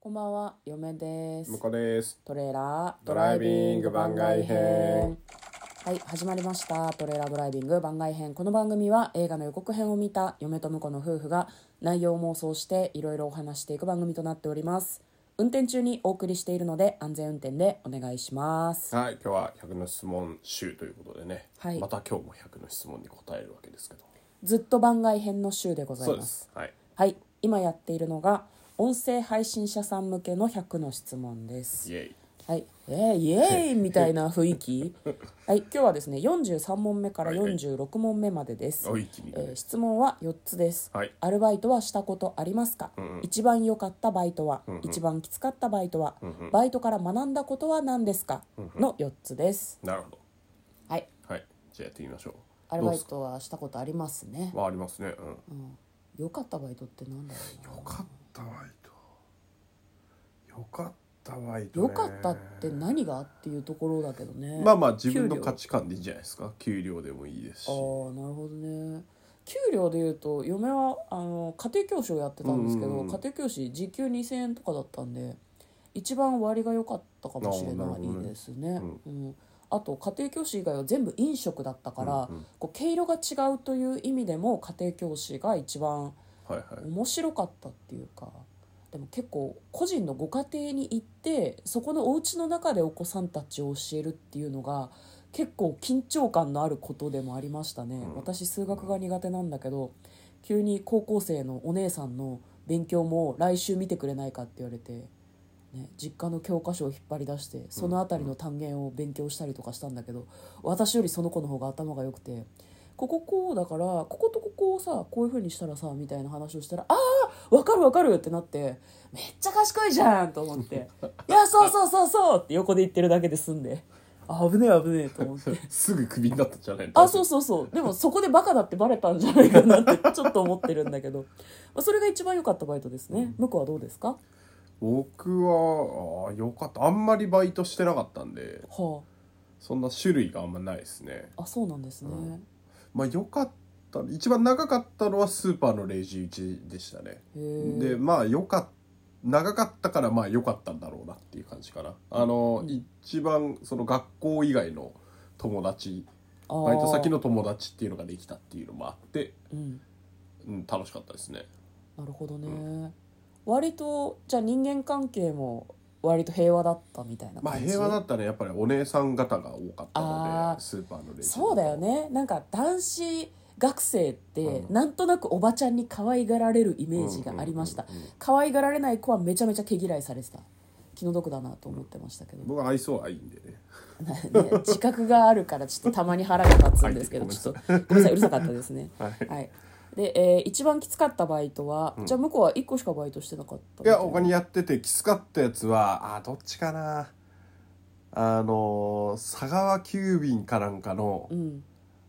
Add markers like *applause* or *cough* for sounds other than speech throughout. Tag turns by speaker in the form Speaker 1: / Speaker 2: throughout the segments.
Speaker 1: こんばんは、嫁です
Speaker 2: 向。こうです
Speaker 1: トレーラード
Speaker 2: ドライビング番外編。
Speaker 1: はい、始まりました。トレーラードライビング番外編。この番組は映画の予告編を見た嫁と婿の夫婦が内容を妄想していろいろお話していく番組となっております。運転中にお送りしているので安全運転でお願いします。
Speaker 2: はい今日は100の質問集ということでね、
Speaker 1: はい
Speaker 2: また今日も100の質問に答えるわけですけど
Speaker 1: ずっと番外編の週でござい
Speaker 2: そう
Speaker 1: ま。
Speaker 2: ですすはい
Speaker 1: はい、今やっているのが音声配信者さん向けの100の質問です
Speaker 2: イ。エイ
Speaker 1: はい、えー、イエーイみたいな雰囲気
Speaker 2: *laughs*
Speaker 1: はい今日はですね43問目から46問目までです、
Speaker 2: お一気にね
Speaker 1: えー質問は4つです、
Speaker 2: はい
Speaker 1: アルバイトはしたことありますか、一番良かったバイトは、一番きつかったバイトは、バイトから学んだことは何ですか、の4つです
Speaker 2: なるほど
Speaker 1: はい
Speaker 2: はいじゃあやってみましょう
Speaker 1: アルバ
Speaker 2: どう
Speaker 1: イ
Speaker 2: す
Speaker 1: トはしたことありますね
Speaker 2: まあありますねうん
Speaker 1: 良かったバイトってなんだろうな
Speaker 2: よかったバイトよかったバイト
Speaker 1: 良かったって何がっていうところだけどね
Speaker 2: まあまあ自分
Speaker 1: 給
Speaker 2: の
Speaker 1: 料
Speaker 2: 価値観でいいんじゃないですか給料でもいいですし
Speaker 1: ああなるほどね給料でいうと嫁はあの家庭教師をやってたんですけど、
Speaker 2: うんうんうん
Speaker 1: 家庭教師時給2,000円とかだったんで一番割が良かったかもしれ
Speaker 2: あー
Speaker 1: な
Speaker 2: なるほど
Speaker 1: い
Speaker 2: ね
Speaker 1: ですね。うんあと家庭教師以外は全部飲食だったから、
Speaker 2: うんうん
Speaker 1: こう毛色が違うという意味でも家庭教師が一番
Speaker 2: はいはい *laughs*
Speaker 1: 面白かったっていうかでも結構個人のご家庭に行ってそこのお家の中でお子さんたちを教えるっていうのが結構緊張感のあることでもありましたね、
Speaker 2: ん
Speaker 1: 私数学が苦手なんだけど急に高校生のお姉さんの勉強も来週見てくれないかって言われて、ね、実家の教科書を引っ張り出してその辺りの単元を勉強したりとかしたんだけど私よりその子の方が頭が良くてこここうだからこことここをさこういう風にしたらさみたいな話をしたら「ああわかるわかる!」ってなって「めっちゃ賢いじゃん!」と思 *laughs* って「いやそうそうそうそう!」って横で言ってるだけで済んで「あ危ねえ危ねえ」と思って。
Speaker 2: すぐクビになったんじゃないの
Speaker 1: *laughs* あそうそうそうでもそこでバカだってバレたんじゃないかなってちょっと思ってるんだけど、まあ、それが一番良かったバイトですね向こうはどうですかは
Speaker 2: 僕はあーよかったあんまりバイトしてなかったんでそんな種類があんまないですね
Speaker 1: ああそうなんですね、
Speaker 2: まあよかった一番長かったのはスーパーのレジ打ちでしたね
Speaker 1: へ
Speaker 2: で
Speaker 1: え
Speaker 2: まあよかっ長かったからまあ良かったんだろうなっていう感じかなあの、一番その学校以外の友達バイト先の友達っていうのができたっていうのもあって、
Speaker 1: うん
Speaker 2: うん、楽しかったですね
Speaker 1: なるほどね、割とじゃあ人間関係も割と平和だったみたいな
Speaker 2: まあ
Speaker 1: 感じ、
Speaker 2: 平和だったらやっぱりお姉さん方が多かったの
Speaker 1: あー
Speaker 2: でスーパーのレジ
Speaker 1: そうだよねなんか男子学生って、
Speaker 2: うん
Speaker 1: なんとなくおばちゃんに可愛がられるイメージがありました、
Speaker 2: うんうんうんうん
Speaker 1: 可愛がられない子はめちゃめちゃ毛嫌いされてた気の毒だなと思ってましたけど、
Speaker 2: 僕は愛想はいいんでね
Speaker 1: *laughs* ね、自覚があるからちょっとたまに腹が立つんですけど、
Speaker 2: はい
Speaker 1: ちょっとごめんなさいうるさかったですね、
Speaker 2: *laughs* はい
Speaker 1: で、えー一番きつかったバイトは、じゃあ向こうは1個しかバイトしてなかった
Speaker 2: いや他にやっててきつかったやつはあーどっちかなあのー佐川急便かなんかの,、
Speaker 1: うん、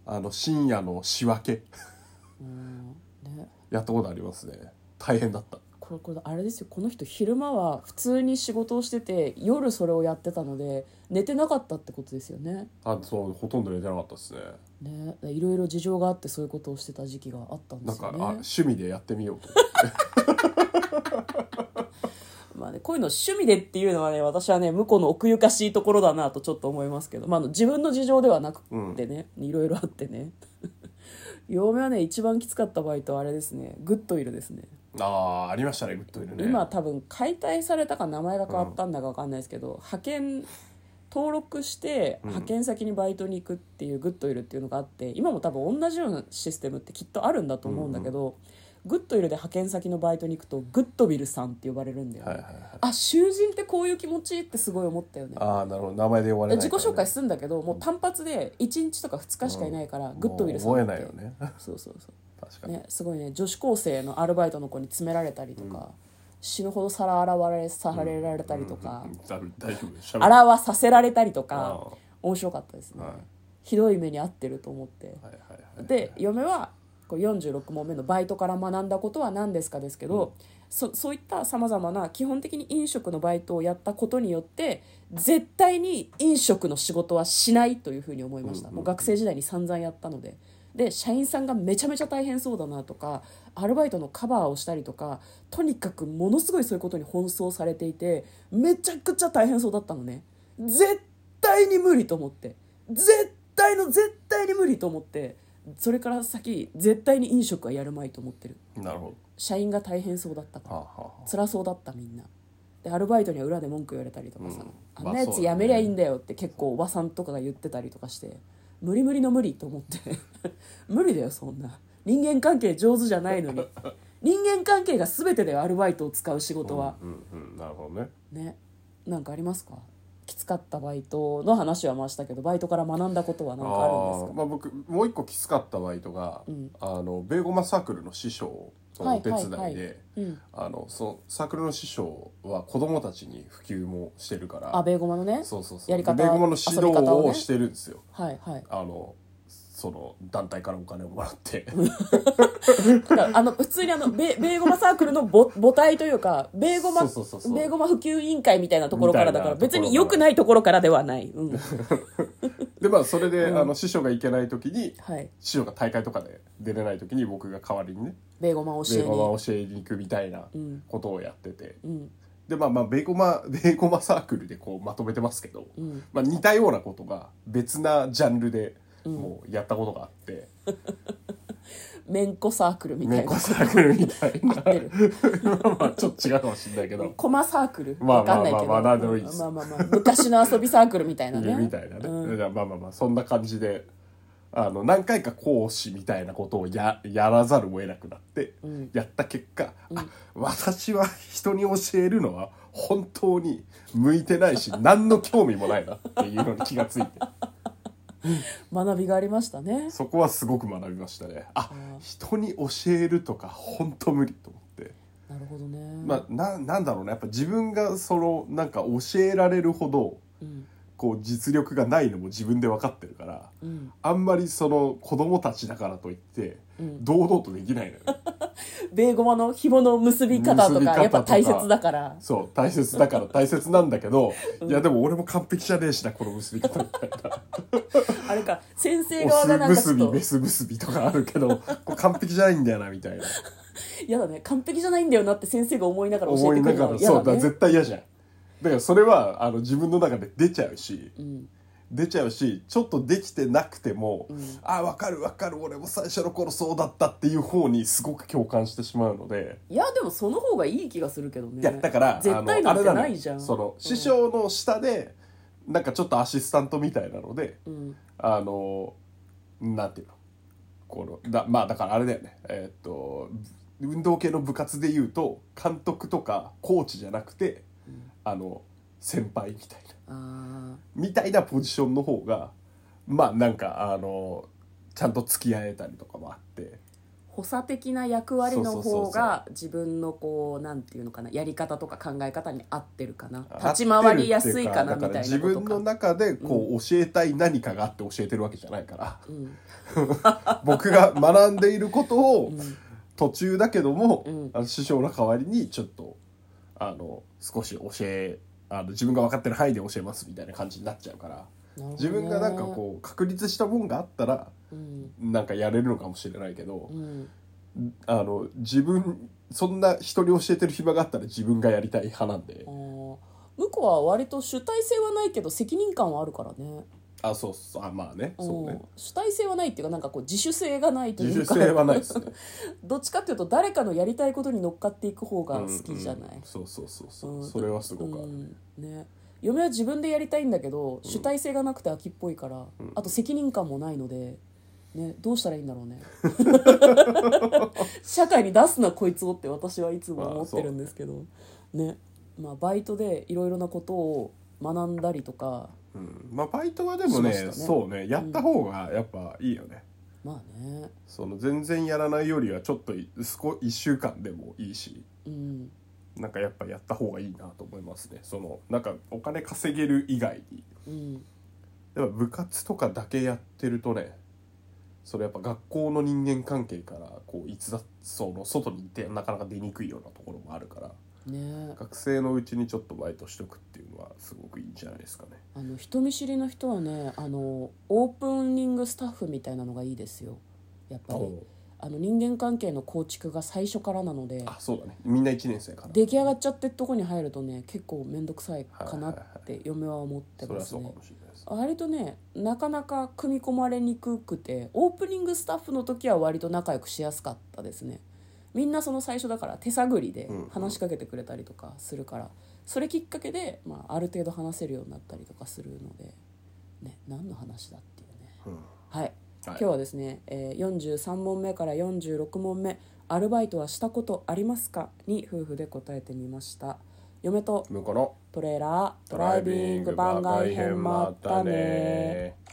Speaker 2: あの深夜の仕分け *laughs*
Speaker 1: うんね
Speaker 2: やったことありますね大変だった
Speaker 1: これこれあれですよこの人昼間は普通に仕事をしてて夜それをやってたので寝てなかったってことですよね
Speaker 2: あそうほとんど寝てなかったですね
Speaker 1: ねいろいろ事情があってそういうことをしてた時期があったんで
Speaker 2: なん
Speaker 1: す
Speaker 2: か、
Speaker 1: よ
Speaker 2: あ
Speaker 1: ね
Speaker 2: 趣味でやってみようと思って
Speaker 1: まあね、こういうの趣味でっていうのはね私はね向こうの奥ゆかしいところだなとちょっと思いますけど、まあ、あの自分の事情ではなくてね、いろいろあってね *laughs* 嫁はね一番きつかったバイトはあれですねグッドイルですね
Speaker 2: あ *laughs* あありましたねグッドイルね
Speaker 1: 今多分解体されたか名前が変わったんだか分かんないですけど、派遣登録して派遣先にバイトに行くっていうグッドイルっていうのがあって今も多分同じようなシステムってきっとあるんだと思うんだけど、グッドイルで派遣先のバイトに行くとグッドビルさんって呼ばれるんだよね、
Speaker 2: はいはいはい
Speaker 1: あ囚人ってこういう気持ちってすごい思ったよね
Speaker 2: ああなるほど名前で呼ばれない
Speaker 1: 自己
Speaker 2: からね、
Speaker 1: 紹介するんだけどもう単発で1日とか2日しかいないから、グッドウィルさん
Speaker 2: もう
Speaker 1: って
Speaker 2: 覚えないよね *laughs*
Speaker 1: そうそうそ
Speaker 2: 確か
Speaker 1: う
Speaker 2: に、
Speaker 1: ねすごいね女子高生のアルバイトの子に詰められたりとか、死ぬほど皿洗われされられたりとか、
Speaker 2: うんだ大丈夫しゃべる
Speaker 1: 洗わさせられたりとか
Speaker 2: あ
Speaker 1: 面白かったですね、
Speaker 2: はい
Speaker 1: ひどい目に遭ってると思って
Speaker 2: はいはいはい
Speaker 1: で嫁はこう46問目の「バイトから学んだことは何ですか?」ですけど、そそういったさまざまな基本的に飲食のバイトをやったことによって絶対に飲食の仕事はしないというふうに思いました、もう学生時代に散々やったのでで社員さんがめちゃめちゃ大変そうだなとかアルバイトのカバーをしたりとかとにかくものすごいそういうことに奔走されていてめちゃくちゃ大変そうだったのね絶対に無理と思って絶対の絶対に無理と思ってそれから先絶対に飲食はやるまいと思ってる
Speaker 2: なるほ
Speaker 1: 社員が大変そうだった
Speaker 2: ど
Speaker 1: か
Speaker 2: はあ
Speaker 1: ら
Speaker 2: はあはあ
Speaker 1: 辛そうだったみんなでアルバイトには裏で文句言われたりとかさ、
Speaker 2: うん
Speaker 1: あ
Speaker 2: まあ
Speaker 1: んなや
Speaker 2: そ
Speaker 1: つ
Speaker 2: うだね
Speaker 1: やめりゃいいんだよって結構おばさんとかが言ってたりとかして無理無理の無理と思って *laughs* 無理だよそんな人間関係上手じゃないのに人間関係が全てだよアルバイトを使う仕事は、
Speaker 2: うんうんうんなるほどね
Speaker 1: ねなんかありますかきつかったバイトの話はまあしたけどバイトから学んだことは何かあるんです
Speaker 2: ー
Speaker 1: か
Speaker 2: まあ、僕もう一個きつかったバイトが、
Speaker 1: うん
Speaker 2: あのベーゴマサークルの師匠のお手伝いで、
Speaker 1: はいはいはいうん
Speaker 2: あのそのサークルの師匠は子供たちに普及もしてるから
Speaker 1: あベーゴマのね
Speaker 2: そうそうそう
Speaker 1: やり方
Speaker 2: でベーゴマの指導
Speaker 1: 遊び方を
Speaker 2: を
Speaker 1: ね
Speaker 2: してるんですよ、
Speaker 1: はいはい
Speaker 2: あのその団体からお金をもらって
Speaker 1: だからあの普通にあの
Speaker 2: *laughs*
Speaker 1: ベベーゴマサークルのぼ母体というかベーゴマ
Speaker 2: そうそうそうそう
Speaker 1: ベーゴマ普及委員会みたいなところからだから
Speaker 2: みたいなと
Speaker 1: 別
Speaker 2: ころから
Speaker 1: に良くないところからではない、
Speaker 2: *laughs*
Speaker 1: うん、
Speaker 2: でまあそれで、あの師匠が行けない時に
Speaker 1: はい
Speaker 2: 師匠が大会とかで出れない時に僕が代わりにね
Speaker 1: ベーゴマ教
Speaker 2: ベ
Speaker 1: え
Speaker 2: ーゴマ
Speaker 1: に
Speaker 2: を教えに行くみたいな
Speaker 1: うん
Speaker 2: ことをやってて、
Speaker 1: うん
Speaker 2: でまあまあベーゴマ *laughs* ベーゴマサークルでこうまとめてますけど、
Speaker 1: うん
Speaker 2: まあ、似たようなことが別なジャンルでもうやったことがあって、
Speaker 1: めんこサークルみた
Speaker 2: メ
Speaker 1: い
Speaker 2: ンコ
Speaker 1: な
Speaker 2: サークルみたいな
Speaker 1: *laughs* 合ってる
Speaker 2: *laughs* まあちょっと違うかもしれないけど
Speaker 1: コマサークル
Speaker 2: まあ
Speaker 1: わかんないけど
Speaker 2: まあまあまあなんでもいいです
Speaker 1: まあまあまあ昔の遊びサークルみたいなね
Speaker 2: みたいなね、
Speaker 1: うん
Speaker 2: じゃあまあまあまあそんな感じであの何回か講師みたいなことをややらざるを得なくなって、
Speaker 1: うん
Speaker 2: やった結果、あ私は人に教えるのは本当に向いてないし何の興味もないなっていうのに気がついて
Speaker 1: 学びがありましたね
Speaker 2: そこはすごく学びましたねあ
Speaker 1: うん
Speaker 2: 人に教えるとか本当無理と思って。
Speaker 1: なるほどね、
Speaker 2: まあ、ななんだろうねやっぱ自分がそのなんか教えられるほど
Speaker 1: うん
Speaker 2: こう実力がないのも自分で分かってるから
Speaker 1: うん、
Speaker 2: あんまりその子供たちだからといって
Speaker 1: うん
Speaker 2: 堂々とできないのよ、
Speaker 1: *laughs* ベーゴマの紐の結び方と
Speaker 2: 結び方
Speaker 1: か
Speaker 2: とか
Speaker 1: やっぱ大切だから
Speaker 2: そう大切だから大切なんだけど、いやでも俺も完璧じゃねえしなこの結び
Speaker 1: *laughs*
Speaker 2: 方みたいな
Speaker 1: あれか先生
Speaker 2: オ
Speaker 1: 側
Speaker 2: ス
Speaker 1: がなんかちょ
Speaker 2: 結
Speaker 1: っ
Speaker 2: び
Speaker 1: と
Speaker 2: メス結びとかあるけどこれ完璧じゃないんだよなみたいな
Speaker 1: やだね完璧じゃないんだよなって先生が思いながら教
Speaker 2: 思
Speaker 1: え
Speaker 2: い
Speaker 1: てく
Speaker 2: な
Speaker 1: るの
Speaker 2: が
Speaker 1: は
Speaker 2: ら
Speaker 1: 嫌
Speaker 2: そう
Speaker 1: だ
Speaker 2: だ
Speaker 1: ね
Speaker 2: 絶対嫌じゃんだからそれはあの自分の中で出ちゃうし
Speaker 1: うん
Speaker 2: 出ちゃうしちょっとできてなくても、
Speaker 1: うん
Speaker 2: あ分かる分かる俺も最初の頃そうだったっていう方にすごく共感してしまうので、
Speaker 1: いやでもその方がいい気がするけどね
Speaker 2: いやだから
Speaker 1: 絶対な
Speaker 2: あ
Speaker 1: ん
Speaker 2: のあれ
Speaker 1: て
Speaker 2: なの
Speaker 1: ないじゃん
Speaker 2: その
Speaker 1: うん
Speaker 2: 師匠の下で、なんかちょっとアシスタントみたいなので
Speaker 1: うん
Speaker 2: あのなんていうのこのだまあだからあれだよねえーっと運動系の部活でいうと監督とかコーチじゃなくて、あの先輩みたいな。
Speaker 1: あ
Speaker 2: みたいなポジションの方がまあなんかあのちゃんと付き合えたりとかもあって
Speaker 1: ー補佐的な役割の
Speaker 2: そうそ
Speaker 1: 方
Speaker 2: うそうそ
Speaker 1: が自分のこうなんていうのかなやり方とか考え方に合ってるかな
Speaker 2: 合って
Speaker 1: 立
Speaker 2: る
Speaker 1: ち回りやすいかな
Speaker 2: っ
Speaker 1: み
Speaker 2: てう
Speaker 1: たい
Speaker 2: 自
Speaker 1: なこと
Speaker 2: 分の
Speaker 1: か
Speaker 2: 中でこう教えたい何かがあって教えてるわけじゃないから、
Speaker 1: うん
Speaker 2: 僕が学んでいることを
Speaker 1: ん
Speaker 2: 途中だけども、
Speaker 1: うん
Speaker 2: あの師匠の代わりにちょっとあの少し教えあの自分が分かってる範囲で教えますみたいな感じになっちゃうから
Speaker 1: なるほどね
Speaker 2: 自分がなんかこう確立したもんがあったら
Speaker 1: うん
Speaker 2: なんかやれるのかもしれないけど。
Speaker 1: うん
Speaker 2: あの自分そんな人に教えてる暇があったら自分がやりたい派なんで
Speaker 1: あー向こうは割と主体性はないけど責任感はあるからね
Speaker 2: あそうそうあまあねそうね
Speaker 1: ん主体性はないっていうかなんかこう自主性がないとい
Speaker 2: 自
Speaker 1: う
Speaker 2: 主
Speaker 1: か
Speaker 2: 性はないですね
Speaker 1: *laughs* どっちかっていうと誰かのやりたいことに乗っかっていく方が好きじゃない、
Speaker 2: うんうんそうそうそうそううんそれはすごくあ
Speaker 1: う
Speaker 2: る、
Speaker 1: んね、嫁は自分でやりたいんだけど、主体性がなくて秋っぽいから、あと責任感もないので、ね、どうしたらいいんだろ
Speaker 2: *laughs*
Speaker 1: うね社会に出すなこいつをって私はいつも思ってるんですけど、ねまあ、バイトでいろいろなことを学んだりとか
Speaker 2: うんまあバイトはでも
Speaker 1: しま
Speaker 2: ね
Speaker 1: したね
Speaker 2: そうねやった方がやっぱいいよね、
Speaker 1: まあね
Speaker 2: その全然やらないよりはちょっと1週間でもいいし
Speaker 1: うん
Speaker 2: なんかやっぱやった方がいいなと思いますねそのなんかお金稼げる以外に
Speaker 1: うん
Speaker 2: やっぱ部活とかだけやってるとねそれやっぱ学校の人間関係からこう逸脱その外に出なかなか出にくいようなところもあるから
Speaker 1: ね
Speaker 2: 学生のうちにちょっとバイトしとくっていうのはすごくいいんじゃないですかね
Speaker 1: あの人見知りの人はねあのオープニングスタッフみたいなのがいいですよやっぱりあの人間関係の構築が最初からなので
Speaker 2: あそうだねみんな1年生から
Speaker 1: 出来上がっちゃってとこに入るとね結構面倒くさいかなって嫁は思って
Speaker 2: それ
Speaker 1: ま
Speaker 2: は
Speaker 1: す
Speaker 2: そうか
Speaker 1: ね
Speaker 2: もしれないです
Speaker 1: 割とねなかなか組み込まれにくくてオープニングスタッフの時は割と仲良くしやすかったですねみんなその最初だから手探りで
Speaker 2: うんうん
Speaker 1: 話しかけてくれたりとかするから、それきっかけで、まあ、ある程度話せるようになったりとかするので、ね、何の話だっていうね
Speaker 2: うん
Speaker 1: はい
Speaker 2: はい
Speaker 1: 今日はですね、えー43問目から46問目「アルバイトはしたことありますか?」に夫婦で答えてみました嫁と
Speaker 2: 向こうの
Speaker 1: トレーラード
Speaker 2: ド
Speaker 1: ラ
Speaker 2: ラ
Speaker 1: イ
Speaker 2: イ
Speaker 1: ビ
Speaker 2: ビ
Speaker 1: ン
Speaker 2: ン
Speaker 1: グ
Speaker 2: グ
Speaker 1: 番
Speaker 2: 番
Speaker 1: 外
Speaker 2: 外
Speaker 1: 編
Speaker 2: 編
Speaker 1: もあ
Speaker 2: ま
Speaker 1: ったたね
Speaker 2: ね